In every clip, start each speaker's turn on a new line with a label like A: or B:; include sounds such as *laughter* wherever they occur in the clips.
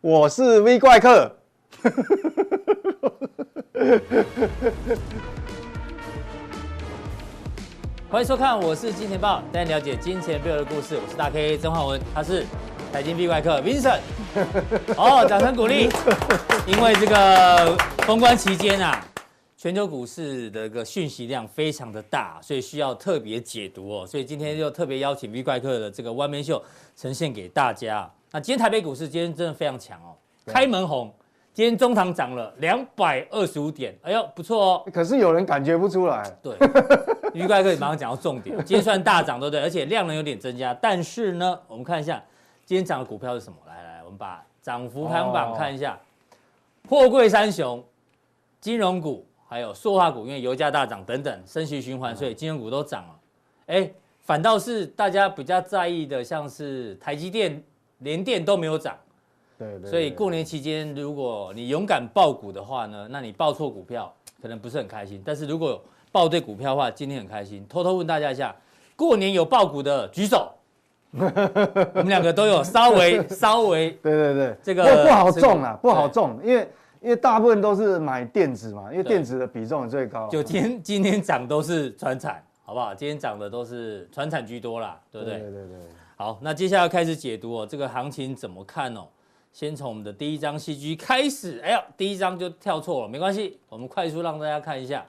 A: 我是 V 怪客。
B: 欢迎收看，我是金钱豹，带你了解金钱背后的故事。我是大 K 曾焕文，他是财经 B 怪客 Vincent。哦，掌声鼓励！因为这个封关期间啊，全球股市的一个讯息量非常的大，所以需要特别解读哦。所以今天就特别邀请 V 怪客的这个 One Man Show 呈现给大家。那今天台北股市今天真的非常强哦，开门红。今天中堂涨了两百二十五点，哎呦，不错哦。
A: 可是有人感觉不出来，
B: 对， *laughs* 鱼怪哥，你马上讲到重点。今天虽然大涨，对不对？而且量能有点增加，但是呢，我们看一下今天涨的股票是什么？来来，我们把涨幅排行榜看一下。货柜三雄、金融股还有塑化股，因为油价大涨等等，升息循环，所以金融股都涨了。哎，反倒是大家比较在意的，像是台积电、联电都没有涨。
A: 对对对
B: 所以过年期间，如果你勇敢爆股的话呢，那你爆错股票可能不是很开心，但是如果有爆对股票的话，今天很开心。偷偷问大家一下，过年有爆股的举手。我们两个都有稍
A: *laughs*
B: 微稍微
A: 对对对，
B: 这个
A: 不不好中
B: 这
A: 啊
B: 个，
A: 不好中，因为因为大部分都是买电子嘛，因为电子的比重也最高。
B: 就今天今天涨都是船产，好不好？今天涨的都是船产居多啦，对
A: 对
B: 不对？
A: 对对对，
B: 好，那接下来开始解读哦，这个行情怎么看哦？先从我们的第一张戏剧开始。哎呀，第一张就跳错了，没关系，我们快速让大家看一下。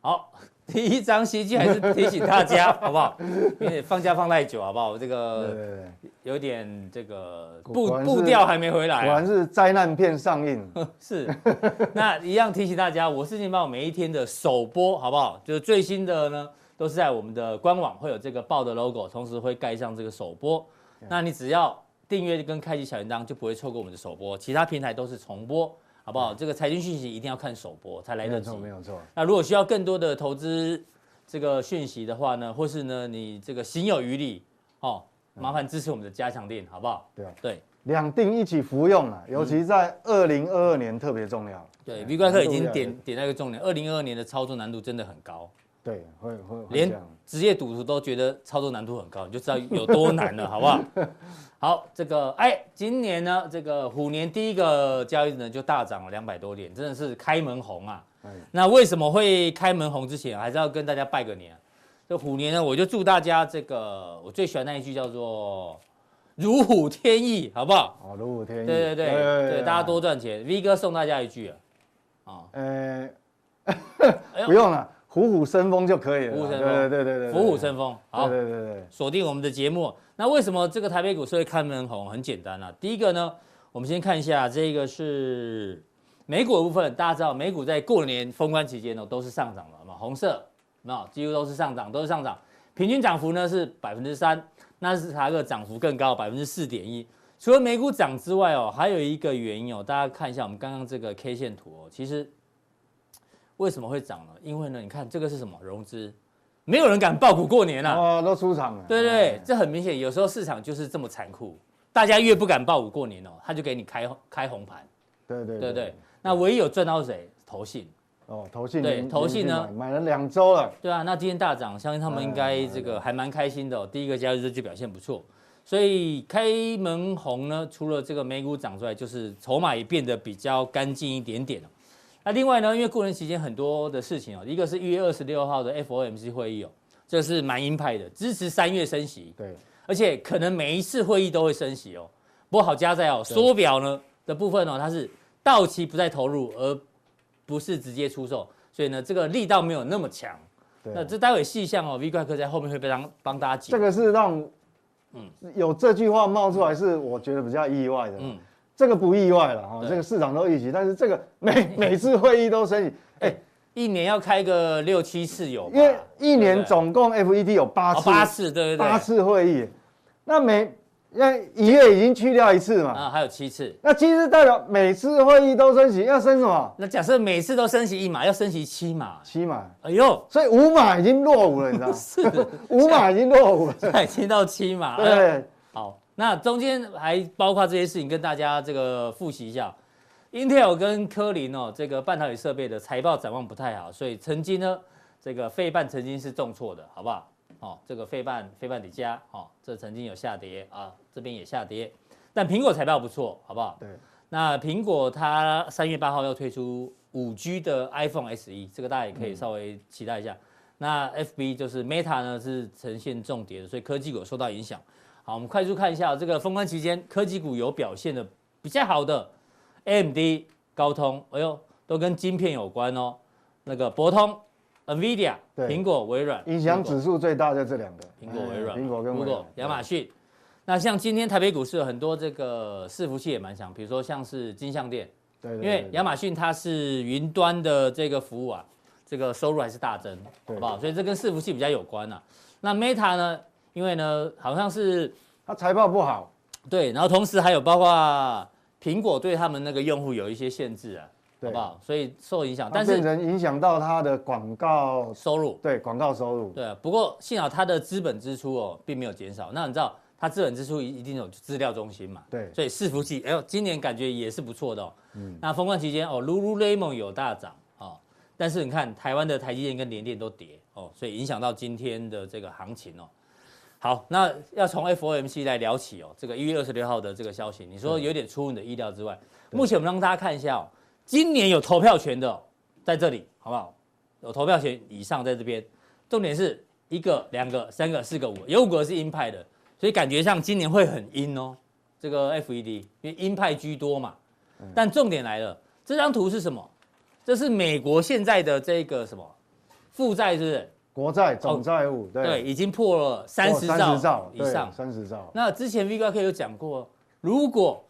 B: 好，第一张戏剧还是提醒大家，好
A: *laughs*
B: 不好？因为放假放太久，好不好？这
A: 对
B: 个
A: 对对，
B: 有点这个
A: 果
B: 步
A: 果然是
B: 步调还没回来、
A: 果
B: 啊，
A: 然是灾难片上映。
B: 是， *laughs* 那一样提醒大家，我是金报每一天的首播，好不好？就是最新的呢，都是在我们的官网会有这个报的 logo，同时会盖上这个首播。那你只要订阅跟开启小铃铛，就不会错过我们的首播。其他平台都是重播，好不好？这个财经讯息一定要看首播才来
A: 没
B: 得
A: 有
B: 及
A: 错，。没有错。
B: 那如果需要更多的投资这个讯息的话呢，或是呢你这个行有余力哦，麻烦支持我们的加强店，好不好？
A: 嗯对啊
B: 对。
A: 两定一起服用啊，
B: 嗯
A: 尤其在二零二二年特别重要。
B: 对，V 怪客已
A: 哎难
B: 经
A: 度越来越
B: 点点到一个重点，二零二二年的操作难度真的很高，
A: 对，会会会哦这
B: 连
A: 样。
B: 职业赌徒都觉得操作难度很高，你就知道有多
A: *laughs*
B: 难了，好不好？好，这个哎，今年呢，这个虎年第一个交易日呢就大涨了两百多点，真的是开门红啊！
A: 哎
B: 那为什么会开门红？之前还是要跟大家拜个年、啊。这虎年呢，我就祝大家这个，我最喜欢那一句叫做“如虎添翼”，好不好？
A: 哦，如虎添翼。
B: 对对对
A: 哎
B: 对，大家。多赚钱。V 哥送大家一句啊，啊，
A: 呃，
B: 哎
A: *laughs*
B: 呦
A: 不用了，虎虎生风就可以了啦。
B: 虎虎
A: 对
B: 生风
A: 对对对对，
B: 虎虎生风。好
A: 对。对对对，
B: 锁定我们的节目。那为什么这个台北股市会开门红？很简单啊，第一个呢，我们先看一下这个是美股的部分，大家知道美股在过年封关期间呢哦都是上涨的嘛，红色有没有几乎都是上涨，都是上涨，平均涨幅呢是百分之三，纳斯达克涨幅更高，百分之四点一。除了美股涨之外哦，还有一个原因哦，大家看一下我们刚刚这个 K 线图哦，其实为什么会涨呢？因为呢，你看这个是什么融资，没有人敢爆股过年啊。
A: 哦，都出场了。
B: 对对
A: 哎
B: 对，这很明显，有时候市场就是这么残酷，大家越不敢报股过年哦，他就给你开开红盘，
A: 对对
B: 对不对？那唯一有赚到是谁？投信，
A: 哦，投信
B: 对
A: 连
B: 投信呢
A: 连续买买了两周了，
B: 对啊，那今天大涨，相信他们应该这个还蛮开心的、哦，第一个交易日就表现不错，所以开门红呢，除了这个美股涨出来，就是筹码也变得比较干净一点点了、那另外呢，因为过年期间很多的事情哦，一个是一月二十六号的 FOMC 会议哦，这是蛮鹰派的，支持三月升息，
A: 对，
B: 而且可能每一次会议都会升息哦。不过好加在哦，缩表呢的部分哦，它是到期不再投入，而不是直接出售，所以呢，这个力道没有那么强。
A: 对
B: 那这待会细项哦，V 怪客在后面会帮帮大家解。
A: 这个是让，有这句话冒出来是我觉得比较意外的，
B: 嗯
A: 这个不意外了哈，
B: 对嗯
A: 这个市场都预期，但是这个每每次会议都升息，哎，
B: 一年要开个六七次有吧，
A: 因为一
B: 对
A: 年
B: 不对
A: 总共 FED 有八
B: 哦
A: 次，
B: 八次，对对对，
A: 八次会议，那每那一月已经去掉一次嘛，
B: 啊，还有七次。
A: 那其实代表每次会议都升息，要升什么？
B: 那假设每次都升息一码，要升息七码，
A: 七码，
B: 哎呦，
A: 所以五码已经落伍了，你知道吗？ *laughs*
B: 是，
A: 五码已经落伍了，
B: 现在已经到七码， *laughs* 哎呦
A: 对。啊
B: 好，那中间还包括这些事情跟大家这个复习一下。Intel 跟科林哦，这个半导体设备的财报展望不太好，所以曾经呢，这个费半曾经是重挫的，好不好？哦，这个费半费半底加哦，这曾经有下跌啊，这边也下跌。但苹果财报不错，好不好？
A: 对，
B: 那苹果它三月八号要推出五 G 的 iPhone SE，这个大家也可
A: 嗯
B: 以稍微期待一下。那 FB 就是 Meta 呢是呈现重跌的，所以科技股有受到影响。好，我们快速看一下哦这个封关期间科技股有表现的比较好的，AMD、高通，哎呦，都跟晶片有关哦。那个博通、NVIDIA、
A: 对
B: 苹果、微软，
A: 影响
B: 苹果
A: 指数最大就这两个，
B: 苹果、
A: 哎
B: 微软、
A: 苹果跟微
B: Google
A: 软、
B: 亚马逊。那像今天台北股市有很多这个伺服器也蛮强，比如说像是金项店，
A: 对，对
B: 因为亚马逊它是云端的这个服务啊，这个收入还是大增，
A: 对
B: 好不好？所以这跟伺服器比较有关啊。那 Meta 呢，因为呢好像是
A: 它财报不好，
B: 对，然后同时还有包括苹果对他们那个用户有一些限制啊，
A: 对
B: 好不好？所以受影响，
A: 它
B: 但
A: 变
B: 是
A: 成影响到它的广告，
B: 收入
A: 对广告收入，
B: 对啊，不过幸好它的资本支出哦并没有减少。那你知道它资本支出一一定有资料中心嘛？
A: 对
B: 所以伺服器，哎呦，今年感觉也是不错的哦。那封关期间哦，Lululemon 有大涨哦，但是你看台湾的台积电跟联电都跌哦，所以影响到今天的这个行情哦。好，那要从 FOMC 来聊起哦，这个一月二十六号的这个消息，你说有点出乎你的意料之外。目前我们让大家看一下哦，今年有投票权的哦、在这里，好不好？有投票权以上在这边，重点是一个、两个、三个、四个、五个，有五个是鹰派的，所以感觉上今年会很鹰哦。这个 FED 因为鹰派居多嘛，但重点来了，这张图是什么？这是美国现在的这个什么负债，是不是？
A: 国债总债务，
B: 哦对，
A: 对，
B: 已经破了三十
A: 三十
B: 兆
A: 兆
B: 以上。
A: 三十兆，
B: 那之前 V 哥 K 有讲过，如果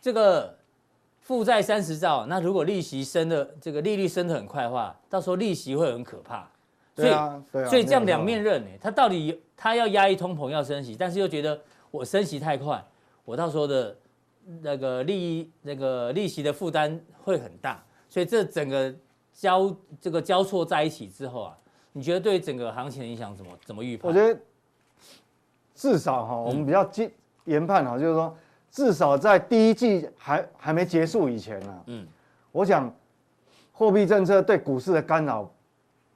B: 这个负债三十兆，那如果利息升的这个利率升得很快的话，到时候利息会很可怕。所
A: 对
B: 以、
A: 啊，对啊，
B: 所以这样
A: 没有错
B: 两面刃呢、他到底他要压抑通膨要升息，但是又觉得我升息太快，我到时候的那个利益那个利息的负担会很大，所以这整个交这个交错在一起之后啊，你觉得对整个行情的影响怎么怎么预判？
A: 我觉得至少哈，我们比较基研判哈，就是说至少在第一季还还没结束以前啊，
B: 嗯
A: 嗯，我想货币政策对股市的干扰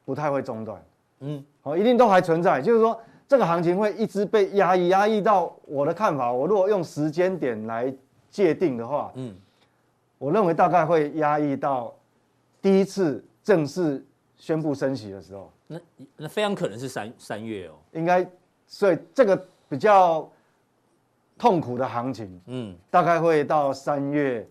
A: 不太会中断，
B: 嗯
A: 嗯，好，一定都还存在，就是说这个行情会一直被压抑，压抑到我的看法，我如果用时间点来界定的话，
B: 嗯，
A: 我认为大概会压抑到第一次正式宣布升息的时候。
B: 那那非常可能是三三月哦，
A: 应该，所以这个比较痛苦的行情，
B: 嗯，
A: 大概会到三月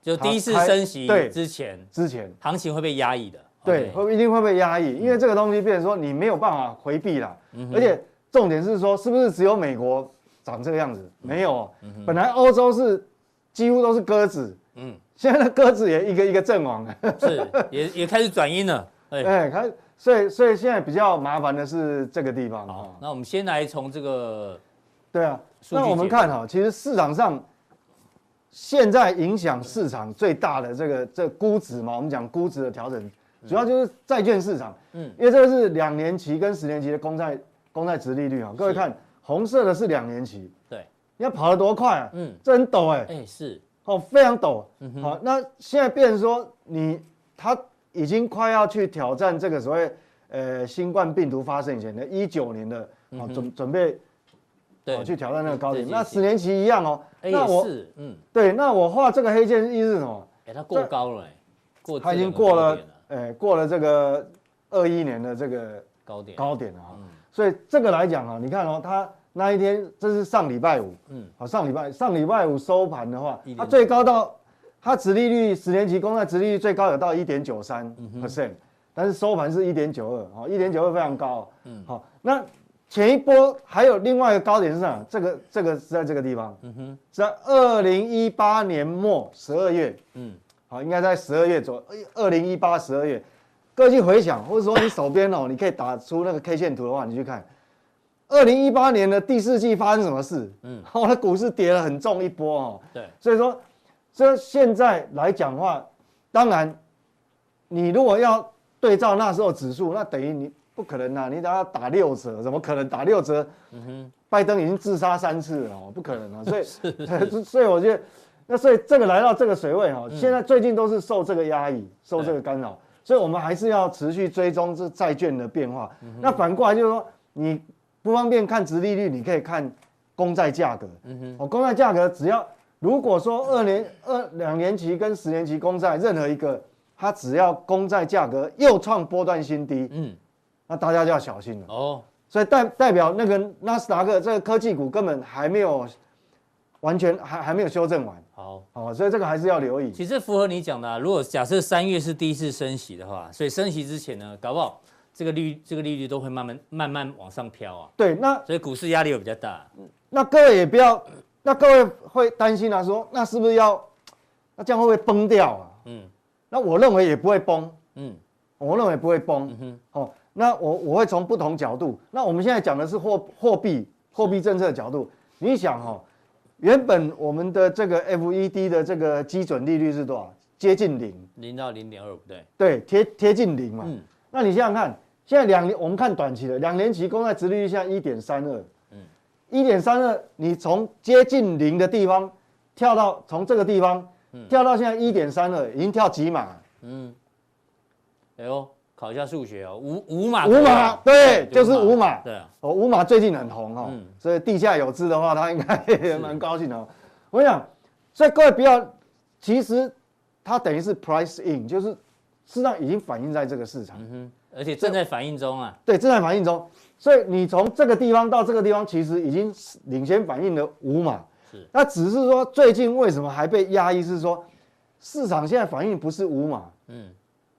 B: 就第一次
A: 它开
B: 升息
A: 对
B: 之前，
A: 之前，
B: 行情会被压抑的。
A: 对，
B: OK，
A: 会一定会被压抑，因为这个东西变成说你没有办法回避啦，而且重点是说，是不是只有美国长这个样子？没有哦，本来欧洲是几乎都是鸽子，
B: 嗯哎
A: 嗯，现在的鸽子也一个一个阵亡了，
B: 是也也开始转阴了。哎，
A: *laughs* 哎，它所以所以现在比较麻烦的是这个地方啊。
B: 好，那我们先来从这个
A: 对啊，
B: 数据
A: 那我们
B: 结
A: 看哈，其实市场上现在影响市场最大的这个这估值嘛，我们讲估值的调整，主要就是债券市场，
B: 嗯
A: 嗯，因为这个是两年期跟十年期的公债公债值利率啊，各位
B: 是
A: 看红色的是两年期，
B: 对，
A: 你看跑得多快啊，
B: 嗯，
A: 这很陡哎、
B: 哎嗯是，
A: 哦，非常陡。好、那现在变成说你他已经快要去挑战这个所谓呃新冠病毒发生以前的一九年的，
B: 嗯
A: 哦、准准备
B: 对
A: 哦、去挑战那个高点。
B: 对
A: 那
B: 对对
A: 十年期一样哦。
B: 哎
A: 那
B: 也
A: 我
B: 是，嗯，
A: 对，那我画这个黑线意思是什么？
B: 哎它过高了，哎，过
A: 它已
B: 这
A: 经
B: 两个
A: 过
B: 高
A: 了
B: 点，
A: 呃，过了这个二一年的这个
B: 高点，
A: 高点了嗯哈、所以这个来讲啊，你看哦，它那一天这是上礼拜五，
B: 嗯
A: 嗯，好，上礼拜上礼拜五收盘的话
B: 1.9，
A: 它最高到它殖利率十年期公债殖利率最高有到一点九三 percent，但是收盘是一点九二，哦，一点九二非常高，嗯，好，那前一波还有另外一个高点是哪？这个这个是在这个地方，嗯哼，在二零一八年末十二月，哦
B: 嗯，
A: 好，应该在十二月左右，二零一八十二月，各位去回想，或者说你手边哦，你可以打出那个 K 线图的话，你去看，二零一八年的第四季发生什么事？嗯，后来股市跌了很重一波哦，
B: 对，
A: 所以说，所以现在来讲的话，当然，你如果要对照那时候指数，那等于你不可能啊，你等下打六折，怎么可能打六折？拜登已经自杀三次了哦，不可能啊，所以 *laughs* 所以我觉得，那所以这个来到这个水位哈、现在最近都是受这个压抑，受这个干扰，所以我们还是要持续追踪这债券的变化。那反过来就是说，你不方便看殖利率，你可以看公债价格。嗯哼，哦，公债价格只要如果说二年二两年期跟十年期公债任何一个，它只要公债价格又创波段新低，
B: 嗯，
A: 那大家就要小心了。
B: 哦，
A: 所以代代表那个纳斯达克这个科技股根本还没有完全还还没有修正完，
B: 好，
A: 哦，所以这个还是要留意。
B: 其实符合你讲的、啊，如果假设三月是第一次升息的话，所以升息之前呢，搞不好这个利率这个利率都会慢慢慢慢往上飘啊，
A: 对，那
B: 所以股市压力会比较大。
A: 那各位也不要，那各位会担心啊，说那是不是要，那这样会不会崩掉啊？
B: 嗯
A: 那我认为也不会崩，
B: 嗯
A: 我认为不会崩。
B: 嗯哼，
A: 哦，那我我会从不同角度。那我们现在讲的是货货币货币政策的角度。你想哦，原本我们的这个 FED 的这个基准利率是多少？接近零，
B: 零到零点二不对，
A: 对，贴贴近零嘛。
B: 嗯
A: 那你想想看，现在两年我们看短期的两年期公债殖利率现在一点三二，一点三二，你从接近零的地方跳到从这个地方跳到现在一点三二，已经跳几码？
B: 嗯，哎呦，考一下数学哦，五五码
A: 啊五
B: 左右
A: 码对就是五码
B: 对啊，
A: 哦，五马最近很红哦，
B: 嗯
A: 所以地下有知的话，他应该也蛮高兴的、哦。我想，所以各位不要，其实它等于是 price in，就是事实上已经反映在这个市场，
B: 嗯哼，而且正在反应中啊，
A: 对，正在反映中。所以你从这个地方到这个地方，其实已经领先反映了五码。
B: 是，
A: 那只是说最近为什么还被压抑？是说市场现在反应不是五码，
B: 嗯，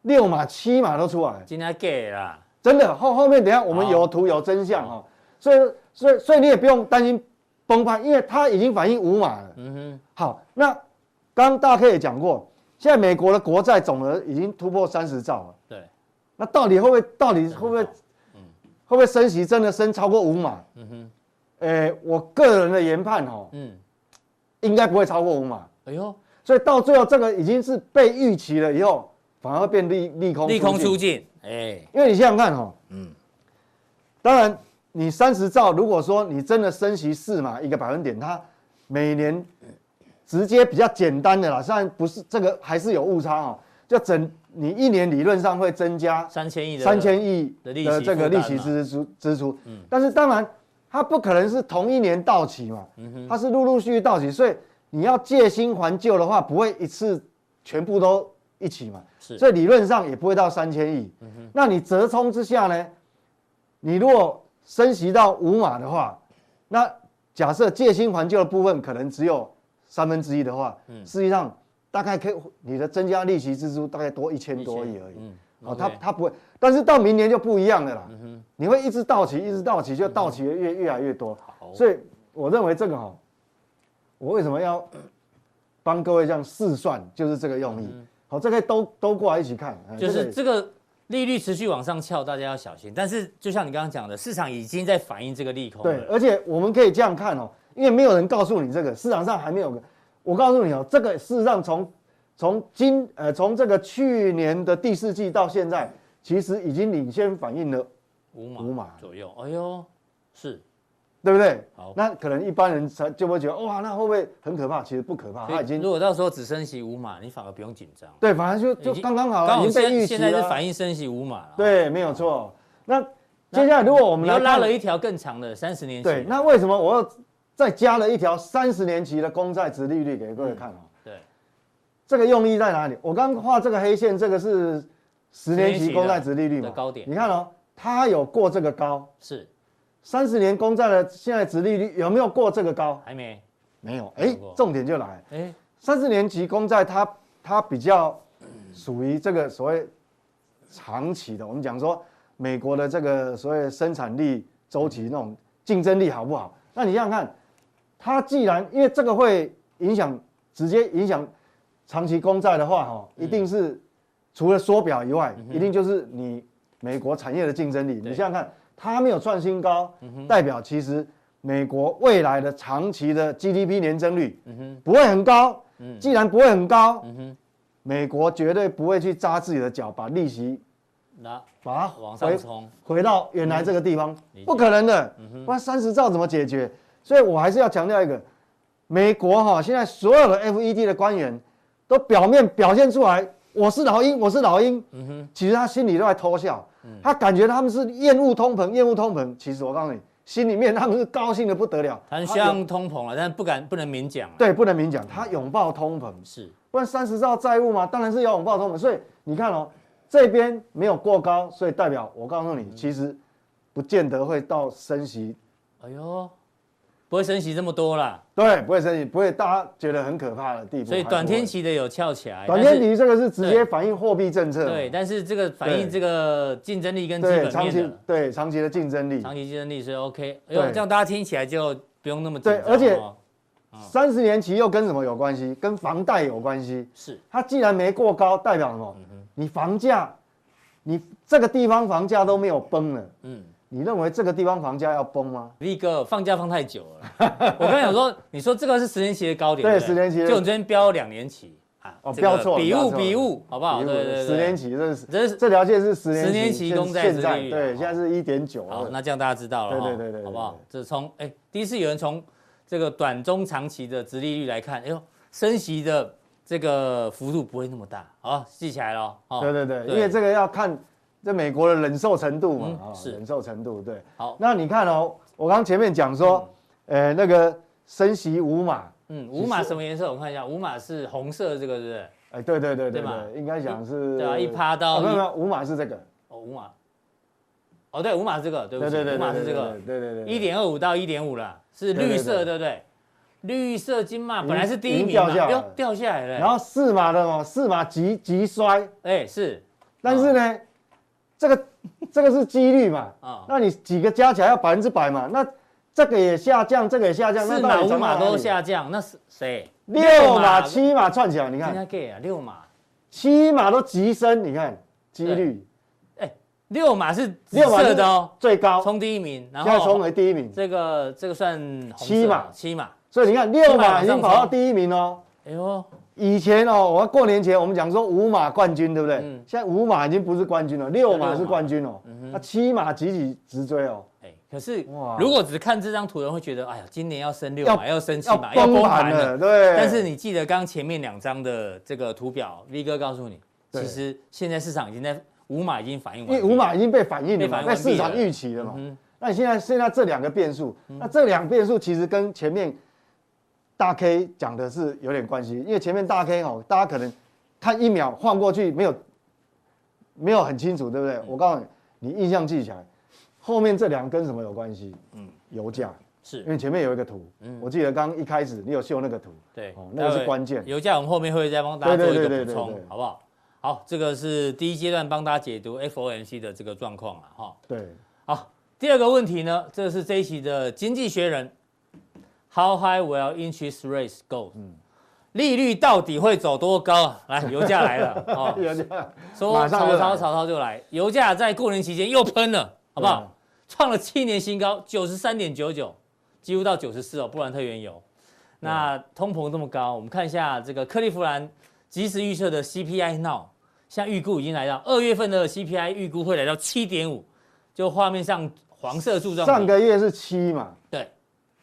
A: 六码、七码都出来了。
B: 今天给啦，
A: 真的后后面等一下我们
B: 好
A: 有图有真相哦，所以所以所以你也不用担心崩盘，因为它已经反映五码了。
B: 嗯哼，
A: 好，那刚刚大 K 也讲过，现在美国的国债总额已经突破三十兆了，
B: 对，
A: 那到底会不会到底会不会
B: 30兆
A: 会不会升息真的升超过五码？
B: 嗯哼，
A: 诶、我个人的研判哦，
B: 嗯，
A: 应该不会超过五码，
B: 哎呦，
A: 所以到最后这个已经是被预期了以后，反而会变利利空
B: 利空
A: 出尽
B: 出尽，哎，
A: 因为你想想看哦，
B: 嗯
A: 嗯，当然你三十兆，如果说你真的升息四嘛，一个百分点，它每年直接比较简单的啦，虽然不是这个还是有误差哦，就整你一年理论上会增加
B: 三千亿的
A: 三千亿
B: 的利息
A: 的
B: 负担嘛嗯
A: 这个利息支出支出，但是当然它不可能是同一年到期嘛，
B: 嗯
A: 它是陆陆续续到期，所以你要借新还旧的话，不会一次全部都一起嘛，
B: 是嗯
A: 所以理论上也不会到三千亿。那你折冲之下呢，你如果升息到五码的话，那假设借新还旧的部分可能只有三分之一的话，
B: 嗯
A: 实际上大概可以你的增加利息支出大概多一千多亿而已。
B: 嗯，
A: 哦，
B: OK
A: 它它不会，但是到明年就不一样了
B: 嗯
A: 啦。你会一直到期，一直到期，就到期的越越来越多。
B: 好，
A: 所以我认为这个哈、我为什么要帮各位这样试算，就是这个用意。好，这个都都过来一起看，哎
B: 嗯就
A: 这个
B: 是
A: 也
B: 这个利率持续往上翘，大家要小心。但是就像你刚刚讲的，市场已经在反映这个利空
A: 对，
B: 了。
A: 而且我们可以这样看哦，因为没有人告诉你这个，市场上还没有个。我告诉你哦，这个事实上从从今呃从这个去年的第四季到现在，其实已经领先反映了，
B: 五码
A: 五码
B: 左右，哎呦，是，
A: 对不对？
B: 好
A: 那可能一般人才就会觉得哇，那会不会很可怕？其实不可怕，它
B: 所
A: 已
B: 以
A: 经
B: 如果到时候只升息五码，你反而不用紧张。
A: 对，反正
B: 已
A: 就就
B: 经
A: 刚刚好
B: 刚
A: 了，
B: 好
A: 已经被
B: 现
A: 预期
B: 现
A: 了啊。
B: 在是反映升息五码了。，
A: 对，没有错。那接下来如果我
B: 我
A: 们
B: 们
A: 来
B: 又拉
A: 看
B: 了一条更长的三十年期。
A: 对，那为什么我又再加了一条三十年期的公债值利率给各位看哦？
B: 对
A: 这个用意在哪里？我刚画这个黑线，这个是十年期公债值利率
B: 的
A: 嘛
B: 高点
A: 你看哦，它有过这个高，
B: 是
A: 三十年公债的现在值利率有没有过这个高？
B: 还没
A: 没有。哎
B: 有过，
A: 重点就来了，
B: 哎
A: 三十年期公债它它比较属于这个所谓长期的，我们讲说美国的这个所谓生产力周期那种竞争力好不好？那你想想看，它既然因为这个会影响直接影响长期公债的话，哈，一定是除了缩表以外，一定就是你美国产业的竞争力。你
B: 对
A: 想想看，它没有创新高，代表其实美国未来的长期的 GDP 年增率不会很高。
B: 嗯
A: 既然不会很高，美国绝对不会去扎自己的脚，把利息
B: 拉
A: 把它
B: 往
A: 回
B: 上冲。嗯
A: 回到原来这个地方
B: 理解，
A: 不可能的。不然三十兆怎么解决？所以我还是要强调一个，美国哈现在所有的 FED 的官员都表面表现出来我是老鹰，我是老鹰，
B: 嗯
A: 其实他心里都在偷笑，他感觉他们是厌恶通膨，厌恶通膨。其实我告诉你，心里面他们是高兴的不得了。
B: 很
A: 他
B: 希望
A: 拥
B: 通膨了，但是不敢不能明讲啊。
A: 对，不能明讲，他拥抱通膨，
B: 是
A: 不然三十兆债务嘛，当然是要拥抱通膨。所以你看哦，这边没有过高，所以代表我告诉你，其实不见得会到升息，
B: 哎呦，不会升息这么多啦，
A: 对，不会升息，不会大家觉得很可怕的地步。
B: 所
A: 还
B: 以
A: 不
B: 短天
A: 会
B: 期的有翘起来，
A: 短
B: 但
A: 天
B: 是
A: 期这个是直接反映货币政策嘛，
B: 对，但是这个反映
A: 对
B: 这个竞争力跟基
A: 对
B: 本
A: 长
B: 面
A: 期
B: 的
A: 对长期的竞争力，
B: 长期竞争力，所以 OK。哎呦，
A: 对
B: 这样大家听起来就不用那么紧
A: 对
B: 张
A: 而且
B: 哦
A: 三十年期又跟什么有关系？跟房贷有关系。
B: 是
A: 它既然没过高，代表什
B: 嗯
A: 么？你房价，你这个地方房价都没有崩了，
B: 嗯。
A: 你认为这个地方房价要崩吗？
B: 力哥放假放太久
A: *laughs*
B: 了，我刚才想说，你说这个是十年期的高点，
A: 对
B: 不
A: 十年期的
B: 就你这边标两年期啊，
A: 哦
B: 这个
A: 标错了
B: 笔
A: 标
B: 误
A: 错了
B: 笔误，好不好？
A: 比如
B: 对对对，
A: 十年期这是
B: 这是
A: 这条线是十年
B: 十年期
A: 现
B: 公债
A: 现
B: 殖
A: 在
B: 利率
A: 对，
B: 哦
A: 现在是一点九
B: 好，那这样大家知道
A: 对
B: 了哈，
A: 对对对对
B: 好不好？这从哎，第一次有人从这个短中长期的殖利率来看，哎呦，升息的这个幅度不会那么大，好，记起来了哦。
A: 对对对，因为这个要看这美国的忍受程度嘛
B: 嗯，
A: 啊、
B: 是
A: 忍受程度对。
B: 好
A: 那你看哦，我刚前面讲说，呃，那个升息五码，
B: 嗯，五码什么颜色？我看一下，五码是红色，这个是不是？
A: 哎，对对对
B: 对
A: 对
B: 嘛
A: 对，应该讲是，
B: 对啊一趴到
A: 啊没
B: 一
A: 有没有，五码是这个，
B: 哦，五码。哦，对，五码是这个，对
A: 对
B: 不起
A: 对对，
B: 五码是这
A: 对
B: 个。
A: 对对对，
B: 一点二五到一点五了，是
A: 对对
B: 绿色，
A: 对
B: 对不对？绿色金嘛，
A: 已经
B: 本来是第一
A: 已
B: 名
A: 经掉
B: 嘛，
A: 下来
B: 哎呦
A: 了
B: 掉下来了。
A: 然后四码的嘛，四码急急衰，
B: 哎，是
A: 但是呢，这个这个是几率嘛，
B: 啊，
A: 那你几个加起来要百分之百嘛，那这个也下降，这个也下降，
B: 四
A: 那到
B: 码
A: 底
B: 五
A: 涨
B: 码
A: 到哪里
B: 都，下降，那是谁？
A: 六码七码串起来，你
B: 人
A: 看
B: 家 gay 啊，六码，
A: 七码都急升，你看几率
B: 六码是紫
A: 六码
B: 色
A: 是
B: 的哦，
A: 最高，
B: 冲第一名，然
A: 现在冲
B: 后
A: 为第一名，
B: 这个这个算红色
A: 七码
B: 七码，
A: 所以你看六
B: 七码
A: 码已经
B: 往上
A: 跑到
B: 冲
A: 第一名哦。
B: 哎呦，
A: 以前哦，我过年前我们讲说五马冠军，对不对？
B: 嗯
A: 现在五马已经不是冠军了，六马是冠军哦
B: 六马嗯哼。
A: 那七马几几直追哦，
B: 哎，可是
A: 哇
B: 如果只看这张图，人会觉得，哎呀，今年要升六码，要升七
A: 要
B: 码，要
A: 崩
B: 崩
A: 盘
B: 盘了
A: 了，。对。
B: 但是你记得刚前面两张的这个图表，V 哥告诉你，
A: 对
B: 其实现在市场已经在五码已经反应
A: 因
B: 完
A: 为
B: 毕，
A: 五马已经被反映了
B: 被反
A: 嘛，
B: 映完
A: 在
B: 毕
A: 市场
B: 了
A: 预期了嘛。
B: 嗯
A: 那你现在现在这两个变数，那这两变数其实跟前面大 K 讲的是有点关系，因为前面大 K 哦，大家可能看一秒晃过去没有没有很清楚，对不对？
B: 嗯
A: 我告诉你，你印象记起来，后面这两根什么有关系？嗯，油价。因
B: 是嗯
A: 为前面有一个图，我记得刚一开始你有秀那个图，
B: 对
A: 哦，那个是
B: 待会
A: 关键
B: 油价我们后面会再帮大家
A: 对对
B: 做一个
A: 对对
B: 补
A: 对
B: 充
A: 对，
B: 好不好？好，这个是第一阶段帮大家解读 FOMC 的这个状况了哈。
A: 对，
B: 好，第二个问题呢，这是这一期的《经济学人》，How high will interest rates go？利率到底会走多高啊？来，油价来了哦，
A: 有这样，
B: 说
A: 马
B: 曹
A: 上就来
B: 操曹操就来，油价在过年期间又喷了，好不
A: 对
B: 好
A: 啊？
B: 创了七年新高，九十三点九九，几乎到九十四哦，布兰特原油。
A: 啊
B: 那通膨这么高，我们看一下这个克利夫兰及时预测的 CPI now，现在预估已经来到二月份的 CPI 预估会来到七点五，就画面上黄色柱状体
A: 上个月是七嘛，
B: 对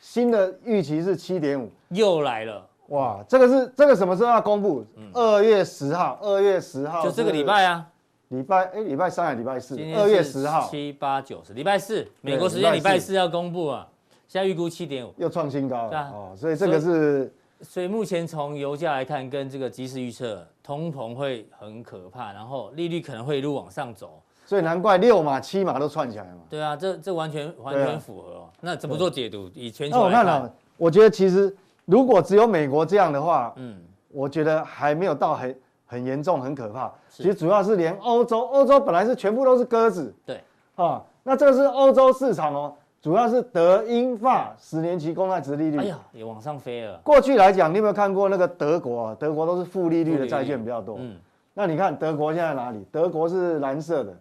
A: 新的预期是七点五，
B: 又来了，
A: 哇，这个是这个什么时候要公布？二月十号，二月十号
B: 嗯就这个
A: 是
B: 礼拜啊，
A: 礼拜哎，礼拜三哦还是礼拜四
B: 今？天
A: 二月
B: 是
A: 十号
B: 七八九十，礼拜四美国时间
A: 对
B: 礼
A: 礼拜四
B: 拜四要公布啊，现在预估七点五。
A: 又创新高
B: 对
A: 了
B: 啊
A: 哦，所以这个是
B: 所以目前从油价来看，跟这个即时预测，通膨会很可怕，然后利率可能会一路往上走。
A: 所以难怪六码七码都串起来嘛。
B: 对啊，这这完全完全符合、哦。那怎么做解读？以全
A: 哦那
B: 球
A: 我
B: 来看，
A: 看了，我觉得其实如果只有美国这样的话，
B: 嗯，
A: 我觉得还没有到很很严重、很可怕。
B: 是
A: 其实主要是连欧洲，欧洲本来是全部都是鸽子
B: 对，
A: 啊，那这个是欧洲市场哦，主要是德、英、法十年期公债值利率。
B: 哎呀，也往上飞了，
A: 过去来讲，你有没有看过那个德国啊？德国都是负利率的债券比较多。
B: 嗯
A: 那你看德国现在哪里？德国是蓝色的，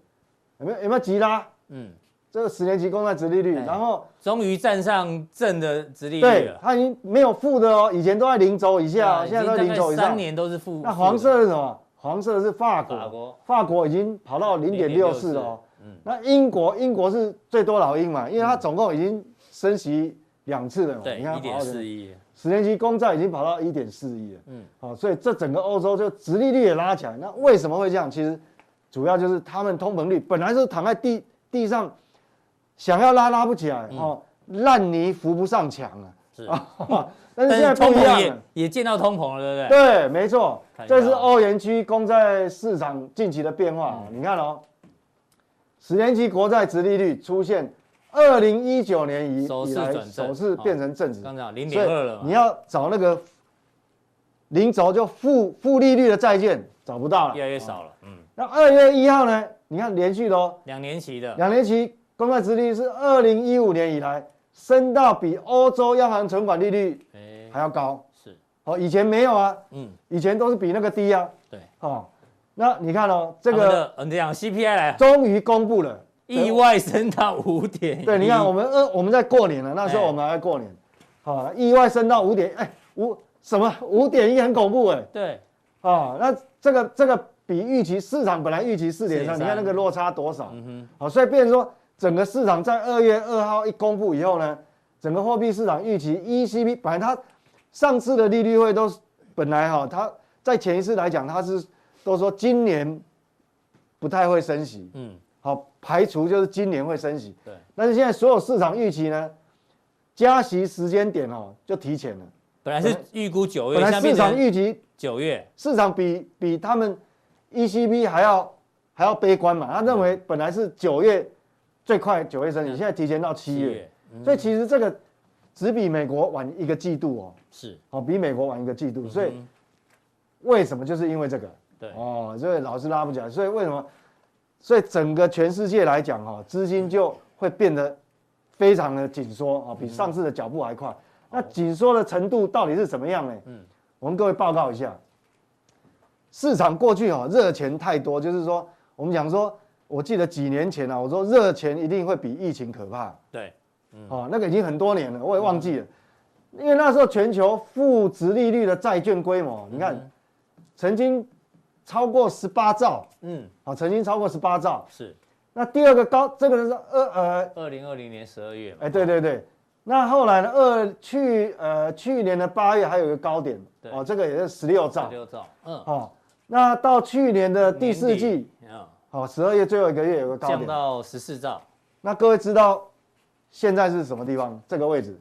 A: 有没有有没有急拉？
B: 嗯，
A: 这个十年期公债值利率，
B: 哎
A: 然后
B: 终于站上正的直利率
A: 对
B: 了。
A: 它已经没有负的哦，以前都在零轴以下哦，
B: 对啊
A: 现在都
B: 已
A: 在
B: 经
A: 零轴以
B: 大概
A: 上
B: 三。年都是负。
A: 那黄色是什么？黄色是法国，
B: 法国
A: 已经跑到零点六四了哦。
B: 嗯
A: 那英国，英国是最多老鹰嘛，因为它总共已经升息两次了嘛。
B: 对，
A: 你看它
B: 一
A: 跑
B: 点
A: 到
B: 四亿，
A: 十年期公债已经跑到一点四亿了，
B: 嗯
A: 嗯，好、所以这整个欧洲就殖利率也拉起来。那为什么会这样？其实主要
B: 嗯
A: 就是他们通膨率本来是躺在地地上，想要拉拉不起来、哦，烂泥扶不上墙啊。
B: *laughs* 是
A: 啊，但
B: 但
A: 是现
B: 是
A: 在
B: 通
A: 不一
B: 膨
A: 样
B: 也
A: 了。
B: 也见到通膨了，对不对？
A: 对，没错
B: 看，一下啊
A: 这是欧元区公债市场近期的变化。
B: 嗯
A: 你看哦，十年期国债殖利率出现二零一九年以
B: 首次
A: 以来
B: 转正哦
A: 首次变成正值，
B: 刚讲零
A: 所
B: 点
A: 以
B: 二了
A: 你
B: 嘛，
A: 要找那个零轴就负负利率的债券找不到了，
B: 越来越。少了。嗯，
A: 那二月一号呢？你看连续的哦，
B: 两年期的
A: 两年期公债殖利率是二零一五年以来升到比欧洲央行存款利率
B: 哎
A: 还要高。
B: 是，
A: 哦，以前没有啊，
B: 嗯，
A: 以前都是比那个低啊。
B: 对，
A: 哦，那你看哦，这
B: 他们
A: 个
B: 的嗯，讲 CPI 来
A: 终于公布了。
B: 意外升到五点，
A: 对，你看我们呃我们在过年了，那时候
B: 哎
A: 我们还在过年，好、意外升到五点，哎五什么五点一很恐怖哎，
B: 对
A: 哦，那这个这个比预期市场本来预期四点三，
B: 4.3
A: 你看那个落差多少？
B: 嗯
A: 好、所以变成说整个市场在二月二号一公布以后呢，整个货币市场预期 ECB 本来它上次的利率会都是本来哈、它在前一次来讲它是都说今年不太会升息，
B: 嗯
A: 好、排除就是今年会升息，
B: 对，
A: 但是现在所有市场预期呢，加息时间点哦就提前了，
B: 本来是预估九月，
A: 本来
B: 现在
A: 市
B: 变
A: 场
B: 成
A: 预期
B: 九月，
A: 市场比比他们 ECB 还要还要悲观嘛，他认为本来是九月最快九月升息，现在提前到七月，，
B: 嗯
A: 所以其实这个只比美国晚一个季度哦，
B: 是，
A: 哦比美国晚一个季度，所以
B: 嗯
A: 为什么就是因为这个
B: 对
A: 哦，所以老是拉不起来，所以为什么？所以整个全世界来讲哦，资金就会变得非常的紧缩哦，
B: 嗯
A: 比上次的脚步还快。那紧缩的程度到底是怎么样呢？
B: 哦嗯
A: 我们各位报告一下，市场过去哦热钱太多，就是说我们讲说，我记得几年前啊，我说热钱一定会比疫情可怕
B: 对
A: 哦，那个已经很多年了，我也忘记了，因为那时候全球负值利率的债券规模，你看曾经超过十八兆
B: 嗯
A: 啊，曾经超过十八兆。
B: 是
A: 那第二个高，这个是二呃，
B: 二零二零年十二月嘛，
A: 哎，对对对。那后来呢？二去呃去年的八月还有一个高点
B: 对
A: 哦，这个也是十六
B: 十
A: 兆
B: 六兆，嗯，
A: 哦。那到去年的第四
B: 年
A: 季
B: 底嗯
A: 哦，十二月最后一个月有个高
B: 降
A: 点。
B: 到十四兆，
A: 那各位知道现在是什么地方？这个位置，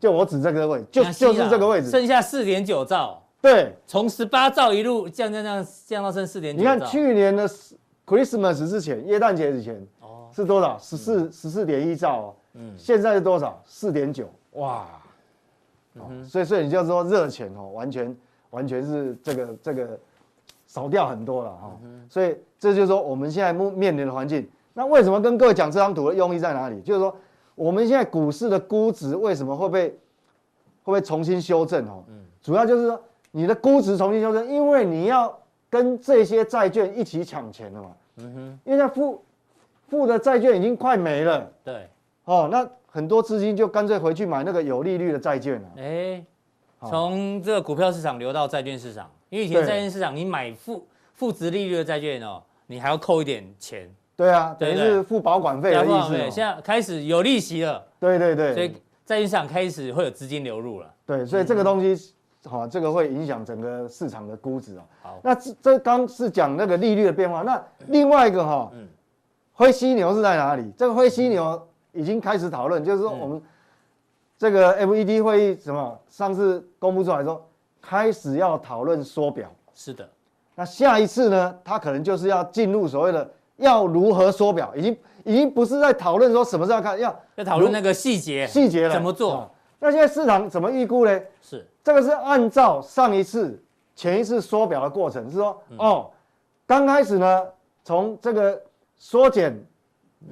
A: 就我指这个位置，就
B: 那西
A: 就
B: 朗
A: 是这个位置。
B: 剩下四点九兆。
A: 对，
B: 从十八兆一路降降降降到剩四点九
A: 你
B: 兆。
A: 看去年的 Christmas 之前，耶诞节之前，
B: 哦，嗯
A: 是多少？十四十四点一兆哦，现在是多少？四点九，哇，
B: 嗯
A: 哦所以所以你就说热钱哦，完全完全是这个这个少掉很多了哈、
B: 嗯
A: 所以这就是说我们现在目面临的环境。那为什么跟各位讲这张图的用意在哪里？就是说我们现在股市的估值为什么会被会不会重新修正
B: 嗯
A: 哦？主要就是说你的估值重新修正，因为你要跟这些债券一起抢钱了嘛。因为那负负的债券已经快没了
B: 对，
A: 哦，那很多资金就干脆回去买那个有利率的债券了、
B: 哎，
A: 好
B: 从这个股票市场流到债券市场，因为以前
A: 对
B: 债券市场你买负负值利率的债券哦，你还要扣一点钱，
A: 对啊，等
B: 对
A: 于
B: 对
A: 是付保管费
B: 要
A: 的意
B: 不
A: 思、
B: 然没有
A: 哦。
B: 现在开始有利息了，
A: 对对
B: 所
A: 对
B: 以，债券市场开始会有资金流入了。
A: 对，所以这个东西，好、这个会影响整个市场的估值啊、
B: 好
A: 那这这刚是讲那个利率的变化，那另外一个哈、
B: 嗯
A: 灰犀牛是在哪里？这个灰犀牛已经开始讨论，就是
B: 嗯
A: 说我们这个 FED 会议什么上次公布出来说，开始要讨论缩表。
B: 是的，
A: 那下一次呢，它可能就是要进入所谓的要如何缩表，已经已经不是在讨论说什么时候看，要
B: 要讨论那个细节，
A: 细节了。
B: 怎么
A: 啊
B: 做？
A: 那现在市场怎么预估呢？
B: 是
A: 这个是按照上一次、前一次缩表的过程，是说、
B: 嗯
A: 哦，刚开始呢，从这个缩减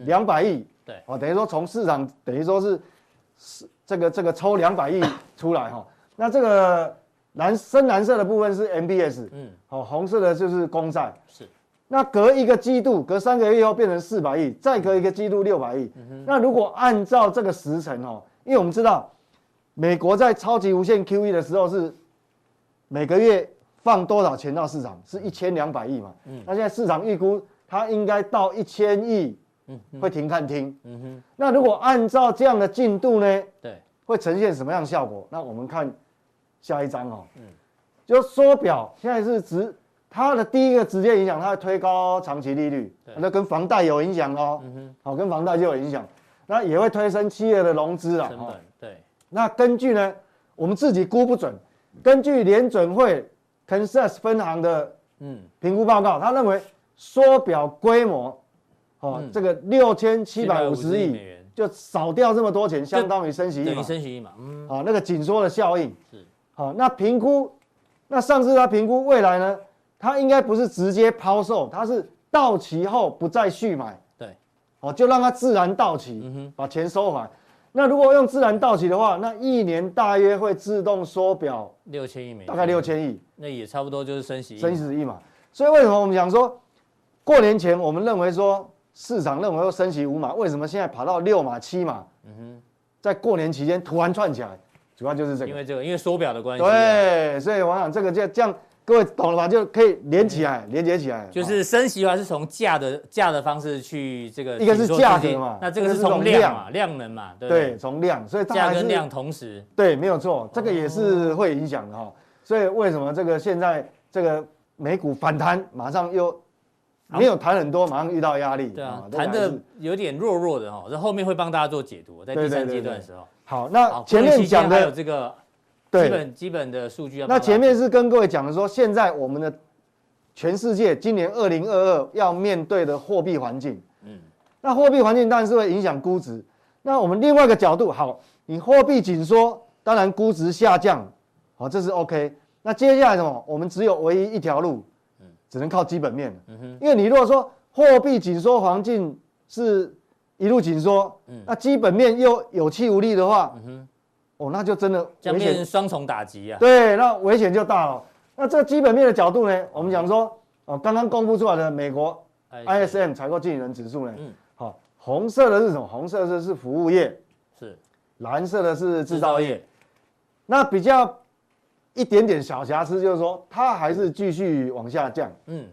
A: 两百亿，
B: 嗯对
A: 哦，等于说从市场等于说是是这个这个抽两
B: *coughs*
A: 百亿出来哈、那这个蓝深蓝色的部分是 MBS，
B: 嗯
A: 嗯，哦，红色的就是公债，
B: 是，
A: 那隔一个季度，隔三个月以后变成四百亿，再隔一个季度六百亿。
B: 嗯
A: 那如果按照这个时程哦，因为我们知道，美国在超级无限 QE 的时候是每个月放多少钱到市场，
B: 嗯
A: 是一千两百亿嘛。那现在市场预估它应该到一千亿，会停看听。
B: 嗯哼，
A: 那如果按照这样的进度呢，
B: 对，
A: 会呈现什么样的效果？那我们看下一章哦。嗯，就缩表现在是直，它的第一个直接影响，它会推高长期利率
B: 对，嗯
A: 那跟房贷有影响哦。好、跟房贷就有影响。那也会推升企业的融资啊。
B: 成
A: 哦
B: 本对，
A: 那根据呢，我们自己估不准，根据联准会 Kansas 分行的
B: 嗯，
A: 评估报告，他认为缩表规模，哦，
B: 嗯
A: 这个六千七百五十
B: 750亿美
A: 亿
B: 元
A: 就少掉这么多钱，相当于升息一
B: 等于
A: 码，
B: 升息一码，嗯，
A: 好、那个紧缩的效应
B: 是
A: 好、那评估，那上次他评估未来呢，他应该不是直接抛售，他是到期后不再续买，
B: 对，
A: 哦，就让它自然到期，
B: 嗯
A: 把钱收回来。那如果用自然到期的话，那一年大约会自动缩表
B: 六千亿美元，
A: 大概六，千亿，
B: 那也差不多就是升息一码，
A: 升十亿嘛。所以为什么我们讲说，过年前我们认为说市场认为会升息五码，为什么现在跑到六码七码？
B: 嗯
A: 在过年期间突然窜起来，主要就是这
B: 因
A: 个。
B: 为这个因为缩表的关系，，啊
A: 对，所以我想这个就这样，各位懂了吧？就可以连起来，连接起来，
B: 嗯就是升息的话是从价的价的方式去这个
A: 一个是
B: 紧缩
A: 价
B: 资金
A: 格嘛
B: 那这个是
A: 一个是
B: 从
A: 从
B: 量
A: 量
B: 嘛，量能嘛，对
A: 哦
B: 不
A: 对
B: 对？
A: 从量，所以大家
B: 价
A: 还是
B: 跟量同时，
A: 对，没有错，这个也
B: 哦
A: 是会影响的哈。所以为什么这个现在这个美股反弹，马上又没有谈很多，马上遇到压力。
B: 对啊，
A: 这个
B: 谈
A: 哦还是
B: 的有点弱弱的哦，这后面会帮大家做解读，在第
A: 对对
B: 三
A: 对
B: 阶段
A: 对
B: 的时候，
A: 好。
B: 好
A: 那前
B: 过年
A: 面
B: 期间
A: 讲
B: 还有
A: 的
B: 这个基
A: 对，
B: 本基本的数据要帮
A: 那
B: 大家做，
A: 前面是跟各位讲的说，现在我们的全世界今年二零二二要面对的货币环境，
B: 嗯
A: 嗯，那货币环境当然是会影响估值。那我们另外一个角度，好，你货币紧缩，当然估值下降，好，这是 OK。那接下来什么？我们只有唯一一条路，只能靠基本面了。
B: 嗯
A: 因为你如果说货币紧缩环境是一路紧缩，
B: 嗯
A: 那基本面又有气无力的话，哦，那就真的
B: 这样
A: 危险
B: 变成双重打击
A: *laughs*
B: 啊，
A: 对，那危险就大了。那这个基本面的角度呢，我们讲说，哦，刚刚公布出来的美国
B: 哎
A: ISM 采购经理人指数呢
B: 嗯，
A: 好、红色的是什么？红色的是服务业，
B: 是
A: 蓝色的是制
B: 制
A: 造
B: 造
A: 业。
B: 业，
A: 那比较一点点小瑕疵，就是说它还是继续往下降，
B: 嗯，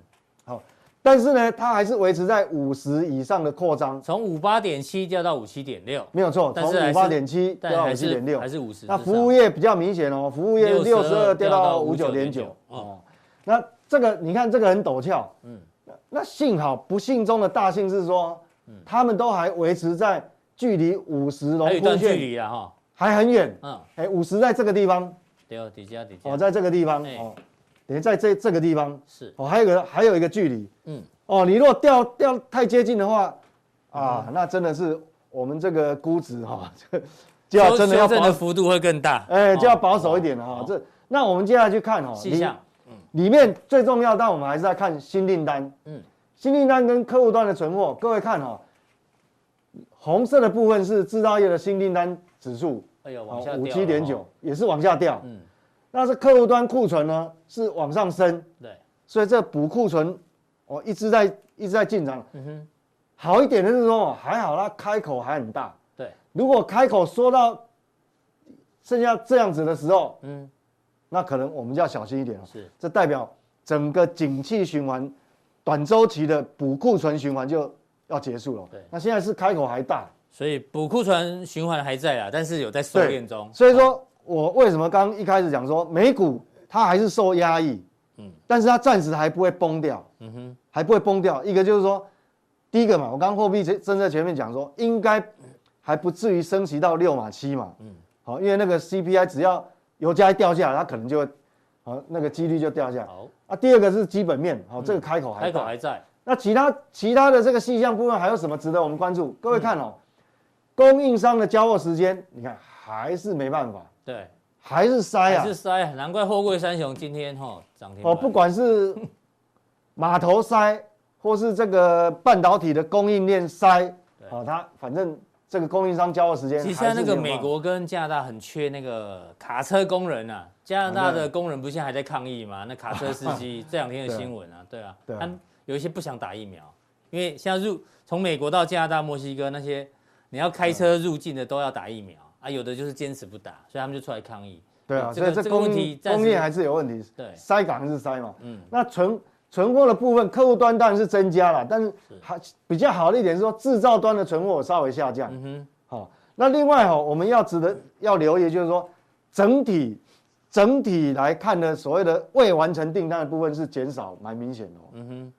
A: 但是呢，它还是维持在五十以上的扩张，
B: 从五八点七掉到五七点六，
A: 没有错，
B: 但
A: 从
B: 是还
A: 五
B: 是
A: 八点七
B: 但
A: 到
B: 还
A: 五七
B: 是
A: 点六
B: 还，是五十。
A: 那服务业比较明显哦，服务业六十
B: 62
A: 二
B: 掉
A: 掉
B: 到
A: 到五九点九
B: 59.9
A: 哦。那这个你看这个很陡峭，嗯，那幸好不幸中的大幸是说，他们都还维持在距离五十龙
B: 嗯还有一
A: 枯
B: 段距
A: 哦线
B: 离啦哈，
A: 还很远，
B: 嗯，
A: 哎，五十在这个地方，
B: 对哦，底下底
A: 哦，
B: 下
A: 在这个地方
B: 哎
A: 哦，等于在这这个地方，
B: 是
A: 哦，还有一个还有一个距离，
B: 嗯
A: 嗯，哦，你如果掉掉太接近的话，啊，那真的是我们这个估值 *laughs* 哈，这个就要
B: 嗯修
A: 真的要
B: 修正
A: 保
B: 的幅度会更大，
A: 哎，就要保守
B: 哦
A: 一点了哈
B: 哦。
A: 这那我们接下来去看哈，
B: 细
A: 里
B: 项
A: 里面最重要，但我们还是在看新订单。
B: 嗯
A: 嗯，新订单跟客户端的存货，各位看哈，红色的部分是制造业的新订单指数，
B: 哎呦往下掉
A: 五
B: 了哦
A: 七点九，也是往下掉。
B: 嗯
A: 嗯，那是客户端库存呢是往上升，
B: 对，
A: 所以这补库存哦一直在一直在进展。
B: 嗯哼，
A: 好一点的是说，还好它开口还很大。
B: 对，
A: 如果开口说到剩下这样子的时候，
B: 嗯
A: 嗯，那可能我们就要小心一点了。
B: 是
A: 这代表整个景气循环、短周期的补库存循环就要结束了。
B: 对
A: 那现在是开口还大，
B: 所以补库存循环还在啊，但是有在收敛中，
A: 所以说我为什么刚刚一开始讲说美股它还是受压抑，嗯，但是它暂时还不会崩掉，嗯哼，还不会崩掉。一个就是说，第一个嘛，我刚刚货币政政策前面讲说，应该还不至于升息到六码七嘛，嗯，好，因为那个 CPI 只要油价一掉下来，它可能就会，好，那个几率就掉下来。
B: 好，
A: 啊，第二个是基本面，好，这个开口还
B: 嗯开口
A: 大
B: 还在，
A: 那其他其他的这个细项部分还有什么值得我们关注？各位看哦，供应商的交货时间，你看还是没办法，
B: 对，
A: 还是塞
B: 还
A: 啊
B: 是。塞，难怪货柜三雄今天哈涨停板，
A: 哦，不管
B: *laughs*
A: 是码头塞，或是这个半导体的供应链塞，哦，它反正这个供应商交货时间还
B: 其
A: 是
B: 实现在那个
A: 没有
B: 美
A: 办法
B: 国跟加拿大很缺那个卡车工人啊，加拿大的工人不是现在还在抗议吗？那卡车司
A: *laughs*
B: 机这两天的新闻啊，对啊，
A: 对啊
B: 他们有一些不想打疫苗，因为现在入从美国到加拿大、墨西哥那些你要开车入境的都要打疫苗啊，有的就是坚持不打，所以他们就出来抗议。
A: 对啊，
B: 嗯这
A: 所
B: 个
A: 以这
B: 这个
A: 供
B: 问题
A: 应
B: 暂时
A: 供应链还是有问题，
B: 对
A: 塞港还是塞嘛，
B: 嗯
A: 嗯，那存存货的部分，客户端当然是增加了，但是还比较好的一点是说制造端的存货稍微下降，
B: 嗯哼，
A: 好、那另外哈、我们要值得要留意，就是说整体整体来看呢，所谓的未完成订单的部分是减少蛮明显的、哦，
B: 嗯哼，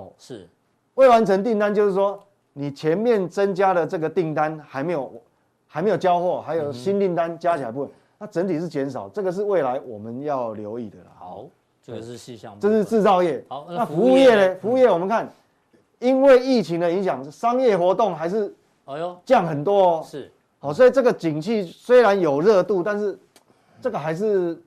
A: 好、
B: 是
A: 未完成订单就是说你前面增加的这个订单还没有还没有交货，还有新订单加起来部分，那整体是减少，这个是未来我们要留意的啦。
B: 好，这个是细项部
A: 这
B: 分，
A: 是制造业。
B: 好那
A: 那
B: 服
A: 服务
B: 务
A: 业
B: 业呢
A: 呢？服务业我们看，因为疫情的影响，商业活动还是
B: 哎呦，
A: 降很多哦。
B: 是
A: 好，所以这个景气虽然有热度，但是这个还是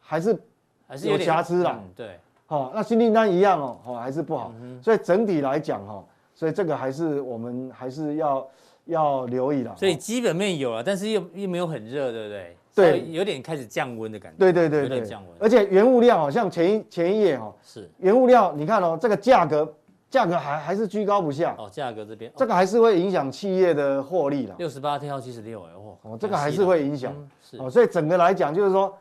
A: 还是
B: 还是有点
A: 有瑕疵啦
B: 嗯对，
A: 好、那新订单一样哦，好、还是不
B: 嗯
A: 好。所以整体来讲哈、哦，所以这个还是我们还是要要留意的。
B: 所以
A: 哦
B: 基本面有了，但是又又没有很热，对不对？
A: 对
B: 稍微有点开始降温的感觉。
A: 对对
B: 有
A: 对
B: 点
A: 对
B: 降，温。
A: 而且原物料好、哦像前一前一页哈、哦，
B: 是
A: 原物料你看哦，这个价格价格还还是居高不下，
B: 哦，价格这边
A: 这个还是会影响企业的获利了。
B: 六十八跳到七十六，哎，哇，
A: 哦，这个还是会影响。
B: 嗯是
A: 哦，所以整个来讲，就是说，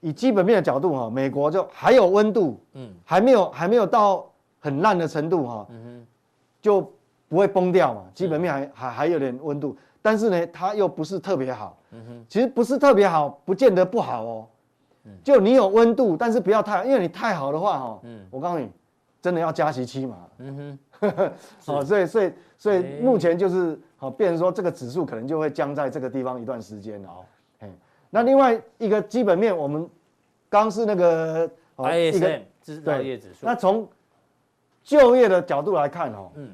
A: 以基本面的角度哈、美国就还有温度，
B: 嗯
A: 嗯，还没有还没有到很烂的程度哈、就不会崩掉嘛，基本面还还还有点温度，但是呢，它又不是特别好，嗯哼，其实不是特别好，不见得不好哦，就你有温度，但是不要太，因为你太好的话哈、嗯，我告诉你，真的要加息期嘛，
B: 嗯
A: *laughs* 哦，所以所以所以目前就是好、变成说这个指数可能就会僵在这个地方一段时间了。
B: 好
A: 哎，那另外一个基本面，我们刚是那个
B: 哼
A: 哦一个
B: ，ISM 制造业指数
A: 那，从就业的角度来看哦，
B: 嗯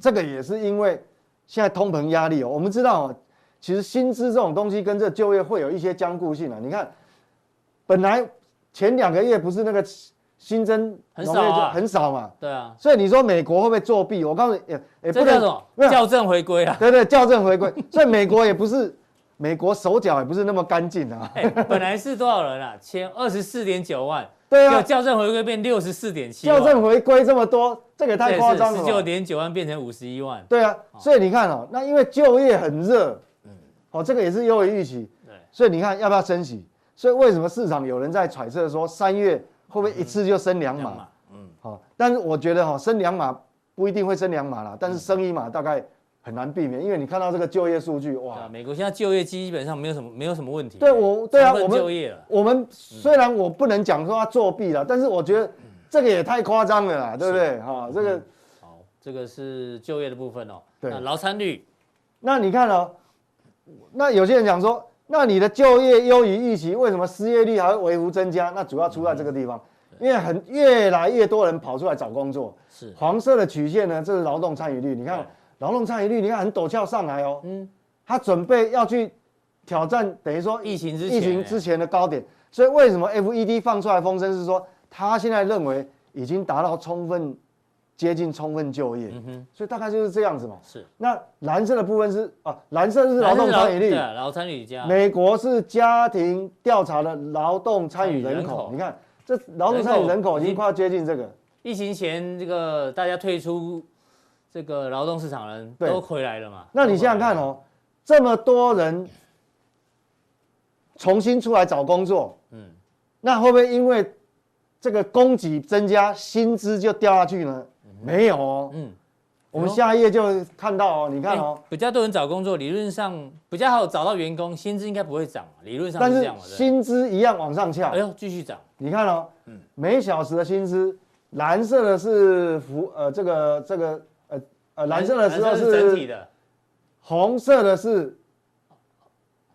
A: 这个也是因为现在通膨压力哦，我们知道哦，其实薪资这种东西跟这就业会有一些僵固性啊。你看，本来前两个月不是那个新增
B: 很少
A: 农业就
B: 啊
A: 很少嘛，
B: 对啊，
A: 所以你说美国会不会作弊？我告诉你，也也不
B: 这叫
A: 能
B: 什么
A: 没？有
B: 校正回归啊！ *laughs*
A: 对对，校正回归。所以美国也不是，美国手脚也不是那么干净
B: *laughs*
A: 啊。
B: 哎，本来是多少人啊？签二十四点九万，
A: 对
B: 就
A: 啊，
B: 校正回归变六十四点七，
A: 校正回归这么多，这个也太夸张了
B: 十九
A: 吧。
B: 点九万变成五十一万，
A: 对啊，所以你看哦，那因为就业很热，哦，这个也是优于预期，
B: 对，
A: 所以你看要不要升息？所以为什么市场有人在揣测说三月会不会一次就升嗯两
B: 这样
A: 码
B: 嘛？，嗯，
A: 好，但是我觉得哈，升两码不一定会升两码啦，但是升一码大概很难避免，因为你看到这个就业数据，
B: 对啊，
A: 哇，
B: 美国现在就业基本上没有什么没有什么问题，
A: 对我对啊嗯我
B: 充分
A: 们
B: 就业了，
A: 我们虽然我不能讲说他作弊了，但是我觉得这个也太夸张了啦，对不对？哈、这个，
B: 好，这个是就业的部分哦。
A: 对
B: 那劳参率
A: 那你看哦，那有些人讲说，那你的就业优于预期，为什么失业率还会微幅增加？那主要出在这个地方，因为很越来越多人跑出来找工作。
B: 是
A: 黄色的曲线呢，这是劳动参与率，你看
B: 对
A: 劳动参与率，你看很陡峭上来哦，
B: 嗯
A: 嗯，他准备要去挑战，等于说
B: 疫情之前
A: 疫情之前的高点，所以为什么 FED 放出来风声是说，他现在认为已经达到充分接近充分就业，所以大概嗯就是这样子嘛。
B: 是
A: 那蓝色的部分是啊，蓝色是劳动参与率
B: 对，啊，劳参与加
A: 美国是家庭调查的劳动参与人
B: 参与人口
A: 口，你看这劳动参与人口已经快要接近这个，
B: 疫情前这个大家退出这个劳动市场的人
A: 对
B: 都回来了嘛？
A: 那你想想看
B: 都回来了，
A: 哦，这么多人重新出来找工作，嗯，那会不会因为这个供给增加，薪资就掉下去呢？没有哦，
B: 嗯，
A: 我们下一页就看到哦，你看哦
B: 哎，，比较多人找工作，理论上比较好找到员工，薪资应该不会涨嘛？理论上
A: 但
B: 是哎这
A: 是
B: 样嘛？对不对
A: 薪资一样往上翘
B: 哎，呦嗯继续涨，
A: 你看哦，每小时的薪资，蓝色的是服呃这个这个呃呃蓝色的时候
B: 蓝色是整体
A: 是
B: 的，
A: 红色的是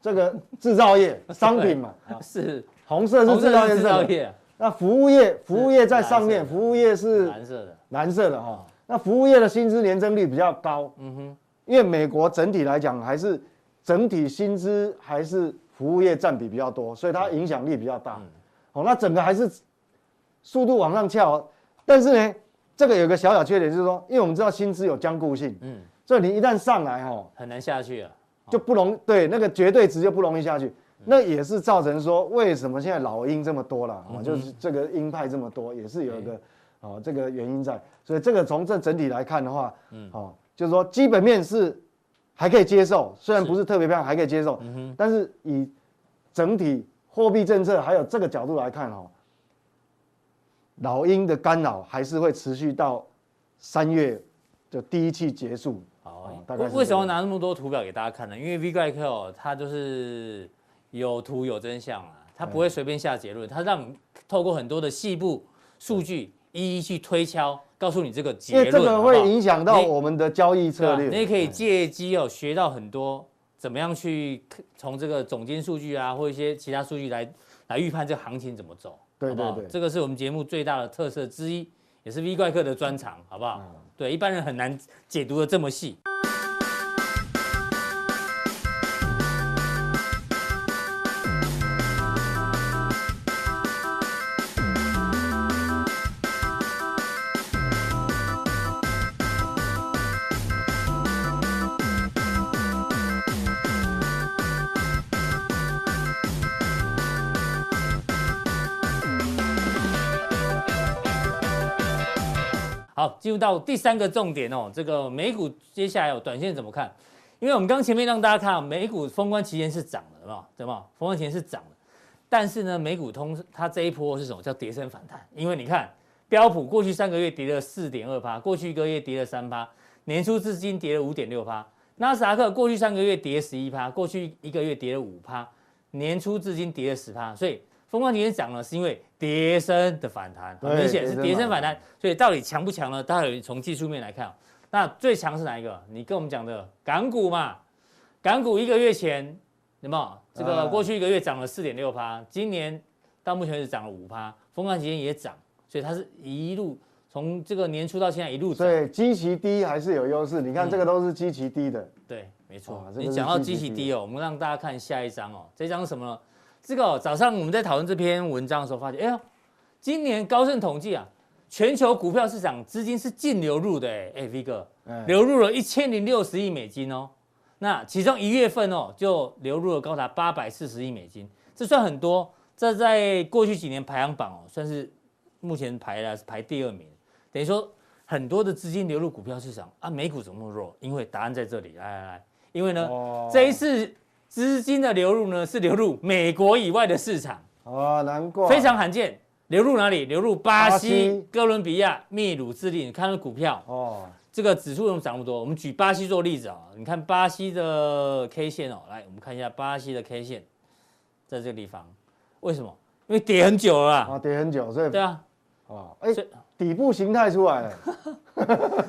A: 这个制造
B: *laughs*
A: 业商品嘛，啊
B: 是哦
A: 红色是制造业
B: 制
A: 制
B: 造
A: 造业。
B: 业，
A: 那服务业服务业在上面，
B: 蓝色的
A: 服务业是
B: 蓝色的，
A: 蓝色的哈、哦那服务业的薪资年增率比较高，
B: 嗯哼，
A: 因为美国整体来讲还是整体薪资还是服务业占比比较多，所以它影响力比较大。哦，那整个还是速度往上翘哦，但是呢，这个有个小小缺点就是说，因为我们知道薪资有僵固性，
B: 嗯，
A: 所以你一旦上来哈、哦，
B: 很难下去啊。
A: 就不容对那个绝对值就不容易下去。那也是造成说为什么现在老鹰这么多了啊、哦就是这个鹰派这么多，也是有一个啊、哦这个原因在。所以这个从这整体来看的话，嗯，哦，就是说基本面是还可以接受，虽然不是特嗯别漂亮，还可以接受。但是以整体货币政策还有这个角度来看哦，老鹰的干扰还是会持续到三月就第一季结束。
B: 好
A: 哦，大概是
B: 为为什么
A: 这样
B: 拿那么多图表给大家看呢？因为 V 怪 Q 哦它就是有图有真相啊，它不会
A: 嗯
B: 随便下结论，它让你透过很多的细部数据一一去推敲告诉你这个结
A: 因为
B: 论，
A: 这个会
B: 好不好
A: 影响到
B: 你
A: 我们的交易策
B: 对啊你也
A: 略。嗯
B: 可以借机哦学到很多怎么样去从这个总监数据啊，或一些其他数据来来预判这个行情怎么走，
A: 对
B: 好不好
A: 对对
B: 这个是我们节目最大的特色之一，也是 V 怪客的专长，好不
A: 嗯
B: 好？对，一般人很难解读的这么细。好，进入到第三个重点哦，这个美股接下来有哦短线怎么看？因为我们刚前面让大家看啊，美股封关期间是涨的，对吧？对吧？封关期间是涨的，但是呢，美股通它这一波是什么叫跌升反弹？因为你看标普过去三个月跌了四点二趴，过去一个月跌了三趴，年初至今跌了五点六趴，纳斯达克过去三个月跌十一趴，过去一个月跌了五趴，年初至今跌了十趴，所以封关期间涨了是因为跌升的反弹，很明显
A: 对跌
B: 是
A: 升
B: 跌升
A: 反
B: 反弹，所以到底强不强呢？待会从技术面来看哦、那最强是哪一个？你跟我们讲的港股嘛，港股一个月前有没有？这
A: 啊
B: 个过去一个月涨了四点六趴，今年到目前为止涨了五趴，封关期间也涨，所以它是一路从这个嗯年初到现在一路涨
A: 所。以基期低还是有优势。你看这个都是基期低的，
B: 对，没错
A: 哇。这个
B: 你
A: 是
B: 讲到
A: 基
B: 基
A: 期
B: 期
A: 低
B: 低哦，我们让大家看下一张哦。这张是什么呢？这个哦、早上我们在讨论这篇文章的时候，发现，哎呦，今年高盛统计啊，全球股票市场资金是净流入的，哎，哎，V 哥，
A: 哎，
B: 流入了一千零六十亿美金哦。那其中一月份哦，就流入了高达八百四十亿美金，这算很多。这在过去几年排行榜哦，算是目前排了排第二名。等于说很多的资金流入股票市场啊，美股怎么那么弱？因为答案在这里。来来来，因为呢，
A: 哦
B: 嗯这一次资金的流入呢是流入美国以外的市场，
A: 哦，难怪
B: 非常罕见。流入哪里？流入巴
A: 巴
B: 西、
A: 西
B: 哥伦比亚、秘鲁、智利。你看那股票，
A: 哦，
B: 这个指数怎么涨那么多？我们举巴西做例子啊、你看巴西的 K 线哦，来，我们看一下巴西的 K 线，在这个地方，为什么？因为跌很久了啦。
A: 啊，跌很久，所以
B: 对啊，
A: 哦，哎
B: 所以，
A: 底部形态出来了，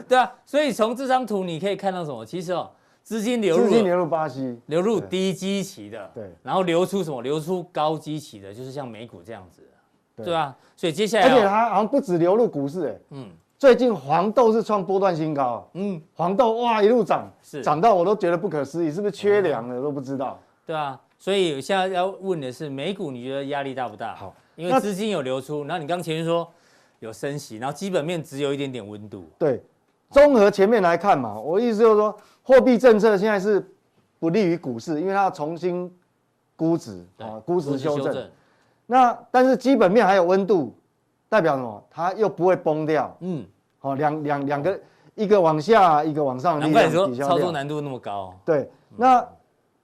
B: 对啊，所以从这张图你可以看到什么？其实哦，资金流入
A: 资
B: 了
A: 金流入巴西，
B: 流入低基期的，
A: 对
B: 然后流出什么？流出高基期的，就是像美股这样子，
A: 对
B: 对啊，所以接下来
A: 而且
B: 哦、
A: 它好像不止流入股市，哎，
B: 嗯
A: 最近黄豆是创波段新高，
B: 嗯，
A: 黄豆哇一路涨，
B: 是嗯
A: 涨到我都觉得不可思议，是不是缺粮了都不知道。
B: 对啊，所以现在要问的是，美股你觉得压力大不大？
A: 好，
B: 因为
A: 那
B: 资金有流出，然后你刚前面说有升息，然后基本面只有一点点温度，
A: 对，综合前面来看嘛，我意思就是说，货币政策现在是不利于股市，因为它要重新估值
B: 对
A: 啊，估值修正。，那但是基本面还有温度，代表什么？它又不会崩掉。
B: 嗯，
A: 好，两两两个，一个往下，一个往上，
B: 难
A: 力
B: 怪
A: 量
B: 你说
A: 抵消
B: 操作
A: 掉。
B: 难度那么高，
A: 对，那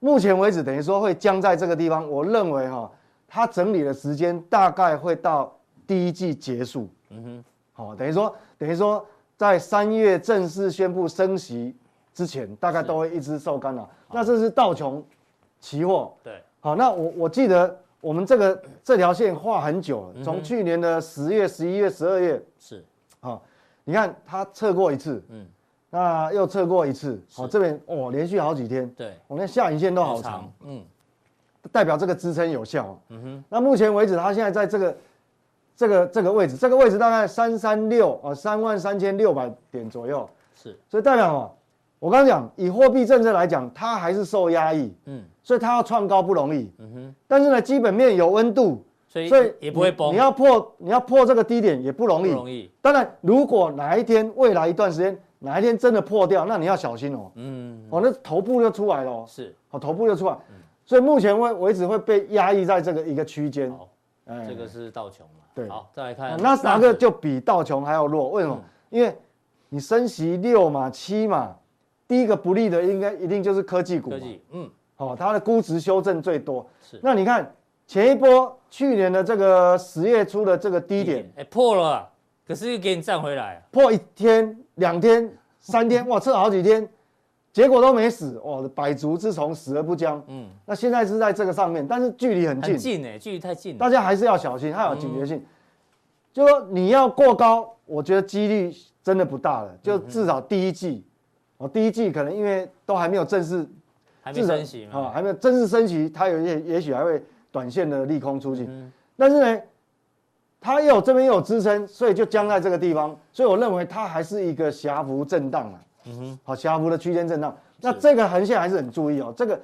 A: 目前为止等于说会僵在这个地方，我认为哈、它整理的时间大概会到第一季结束。
B: 嗯哼，
A: 好、等于说等于说在三月正式宣布升息之前，大概都会一直受干扰。那这是道琼期货。
B: 对，
A: 好，那我我记得我们这个这条线画很
B: 嗯
A: 久了，从去年的十月、十一月、十二月，
B: 是，
A: 好、你看它测过一次，
B: 嗯，
A: 那又测过一次，好、这边哦连续好几天，
B: 对，
A: 我、那下影线都好
B: 很
A: 长，，
B: 嗯，
A: 代表这个支撑有效。嗯哼，那目前为止，它现在在这个这个这个位置，这个位置大概三三六啊，三万三千六百点左右，
B: 是，
A: 所以代表哦，我刚刚讲，以货币政策来讲，它还是受压抑，
B: 嗯
A: 所以它要创高不容易。
B: 嗯哼，
A: 但是呢，基本面有温度，
B: 所以
A: 所以
B: 也不会
A: 你
B: 崩，
A: 你要破你要破这个低点也不容
B: 不
A: 易。
B: 容易，
A: 当然，如果哪一天未来一段时间哪一天真的破掉，那你要小心哦，
B: 嗯，
A: 哦，那头部就出来了、哦。
B: 是，
A: 好，头部就出来，所以目前为为止会被压抑在这个一个区间。
B: 好，
A: 哎
B: 这个是道琼嘛，
A: 对啊
B: 好，再来看嗯
A: 纳斯达克
B: 指
A: 就比道琼还要弱，为什么？因为你升息六嘛、七嘛，第一个不利的应该一定就是科技股嘛
B: 科，技，嗯，
A: 好、它的估值修正最多。
B: 是
A: 那你看前一波去年的这个十月初的这个低点，，
B: 哎，破了啊，可是又给你站回来啊，
A: 破一天、两天、三天，哇，测好几天，结果都没死，哇，百足之虫，死而不僵。
B: 嗯，
A: 那现在是在这个上面，但是距离很
B: 很
A: 近，
B: 近哎，距离太近了，
A: 大家还是要小心，它有警觉性。就说你要过高，我觉得几率真的不大了，就至少第一季，哦，第一季可能因为都还没有正式
B: 还没
A: 至少
B: 升息
A: 啊，
B: 嘛，
A: 还没有正式升息，它有一些也许还会短线的利空出尽，
B: 嗯
A: 但是呢，它又有这边又有支撑，所以就僵在这个地方，所以我认为它还是一个狭幅震荡啊，
B: 嗯
A: 好狭幅的区间震荡。那这个横线还是很注意哦，这个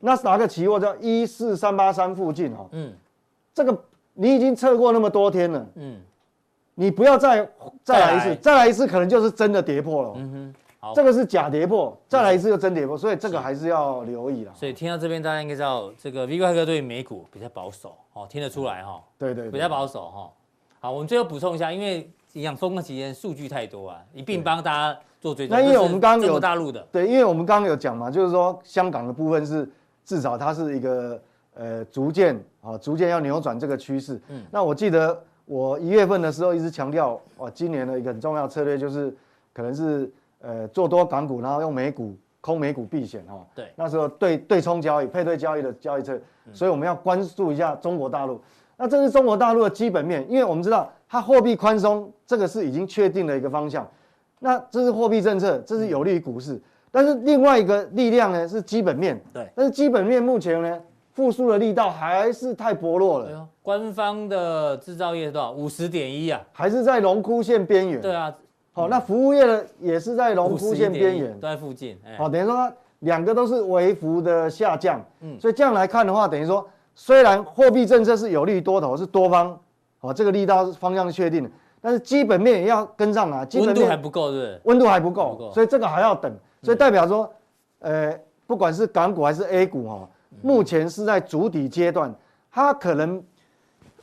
A: 纳斯达克期货在一四三八三附近哦，
B: 嗯
A: 这个你已经测过那么多天了，
B: 嗯
A: 你不要再再来一
B: 再
A: 次
B: 来，
A: 再来一次可能就是真的跌破了哦、
B: 嗯哼，好嗯
A: 这。个是假跌破，再来一次就真跌破，所以这个还是要留意啦。
B: 所以听到这边，大家应该知道，这个 V 怪哥对美股比较保守哦，听得出来哈、
A: 对对对，
B: 比较保守哈、好，我们最后补充一下，因为一样封控期间数据太多啊，一并帮大家做追踪。
A: 那因为
B: 这是
A: 我们刚刚
B: 中国
A: 有
B: 大陆的，
A: 对，因为我们刚刚有讲嘛，就是说香港的部分是至少它是一个呃逐渐啊、逐渐要扭转这个趋势。嗯，那我记得我一月份的时候一直强调，哦，今年的一个很重要策略就是可能是呃做多港股，然后用美股空美股避险哈、哦。
B: 对嗯
A: 那时候对对冲交易、配对交易的交易策略，所以我们要关注一下中国大陆。那这是中国大陆的基本面，因为我们知道它货币宽松，这个是已经确定的一个方向。那这是货币政策，这是有利于股市。但是另外一个力量呢是基本面，
B: 嗯对
A: 但是基本面目前呢复苏的力道还是太薄弱
B: 哎
A: 了，
B: 呦，官方的制造业是多少？五十点一啊，
A: 还是在荣枯线边缘。
B: 对，啊，
A: 好、那服务业的也是在荣枯嗯线边
B: 51.1
A: 缘
B: 都。在附近，哎、
A: 哦好、等于说它两个都是微幅的下降。
B: 嗯
A: 所以这样来看的话，等于说虽然货币政策是有利于多头，是多方，好、这个力道是方向确定的，但是基本面也要跟上啊，基
B: 温
A: 本
B: 度
A: 面
B: 还不够，对不对？
A: 温度还不
B: 不够嗯
A: 够，所以这个还要等。所以代表说，呃，不管是港股还是 A 股哈，
B: 嗯
A: 目前是在筑底阶段，它可能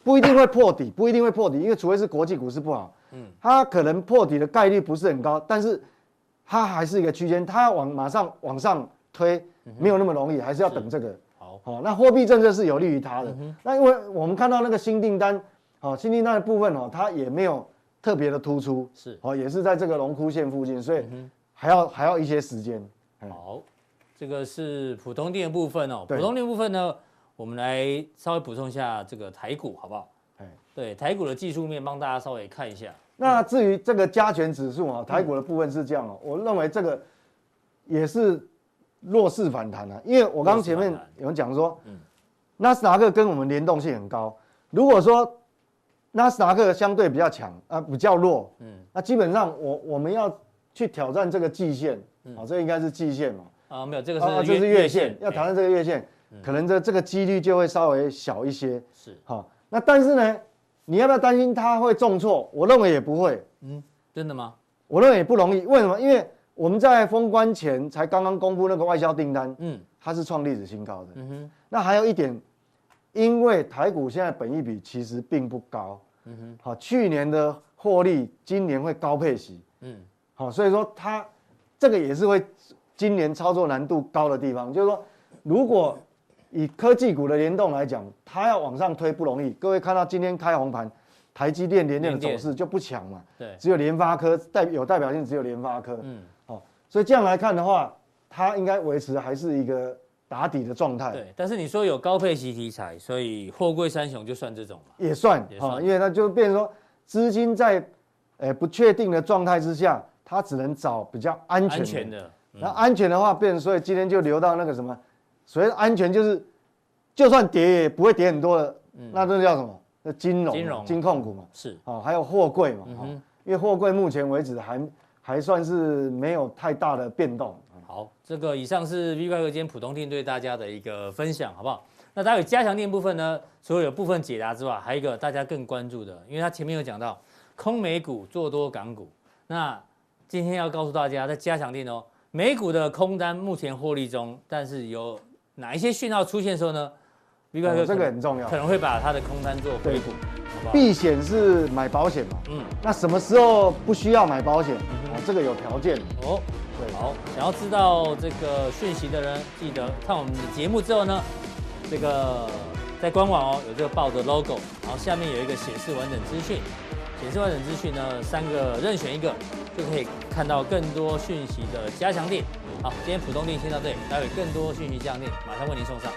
A: 不一定会破底，不一定会破底，因为除非是国际股市不好，嗯，它可能破底的概率不是很高，但是它还是一个区间，它要往马上往上推，没有那么容易，还是要等这个。
B: 嗯好，嗯
A: 好、那货币政策是有利于它的。那因为我们看到那个新订单，好、新订单的部分哦，它也没有特别的突出，
B: 是
A: 好、哦也是在这个龙枯线附近，所
B: 嗯
A: 以还要、还要一些时间。嗯
B: 好，这个是普通店的部分哦。
A: 对
B: 普通店部分呢，我们来稍微补充一下这个台股，好不好？
A: 哎
B: 对，台股的技术面帮大家稍微看一下。
A: 那至于这个加权指数啊、台股
B: 嗯
A: 的部分是这样哦，我认为这个也是弱势反弹啊，因为我刚前面
B: 弱势反嗯
A: 有人讲说，纳斯达克跟我们联动性很高，如果说纳斯达克相对比较强啊，比较弱，嗯，那基本上我我们要去挑战这个季线，啊、这应该是季线嘛，
B: 啊，没有，嗯这个
A: 啊，
B: 是
A: 这是月线，要
B: 哎嗯
A: 挑战这个月线，可能这这个几率就会稍微小一些。
B: 是
A: 好、那但是呢，你要不要担心它会重挫？我认为也不会，
B: 真的吗？
A: 我认为也不容易。为什么？因为我们在封关前才刚刚公布那个外销订单，
B: 嗯
A: 它是创历史新高的。
B: 嗯哼，
A: 那还有一点，因为台股现在本益比其实并不高，嗯哼，好，去年的获利今年会高配息，
B: 嗯
A: 嗯，好，所以说它这个也是会今年操作难度高的地方，就是说如果以科技股的联动来讲，它要往上推不容易。各位看到今天开红盘，台积电连电的
B: 联电
A: 走势就不强嘛，
B: 对，
A: 只有联发科代有代表性，只有联发科，
B: 嗯，
A: 好，所以这样来看的话，它应该维持还是一个打底的状态，
B: 对。但是你说有高配息题材，所以货柜三雄就算这种嘛。
A: 也算
B: 也算
A: 啊，因为它就变成说资金在呃不确定的状态之下，它只能找比较安全
B: 安全。的，嗯
A: 那安全的话，变成所以今天就留到那个什么，所谓的安全就是，就算跌也不会跌很多的，那这叫什么？那金融、
B: 嗯金融
A: 金控股嘛，
B: 是
A: 啊，还有货柜
B: 嗯
A: 嘛，啊，因为货柜目前为止还还算是没有太大的变动。
B: 好，这个以上是 V 怪哥今天普通店对大家的一个分享，好不好？那待会加强店部分呢，除了有部分解答之外，还有一个大家更关注的，因为他前面有讲到空美股做多港股，那今天要告诉大家，在加强店哦，美股的空单目前获利中，但是有哪一些讯号出现的时候呢？V 怪哥
A: 哦这
B: 可
A: 个
B: 能
A: 很重要
B: 可，能会把他的空单做回补，好不好？
A: 避险是买保险嘛，
B: 嗯，
A: 那什么时候不需要买保险？啊，这个有条件的。
B: 哦，
A: 对
B: 好，想要知道这个讯息的人，记得看我们的节目之后呢，这个在官网哦有这个报的 logo，然后下面有一个显示完整资讯，显示完整资讯呢三个任选一个就可以看到更多讯息的加强点。好，今天浦东店先到这里，待会更多讯息加强点马上为您送上。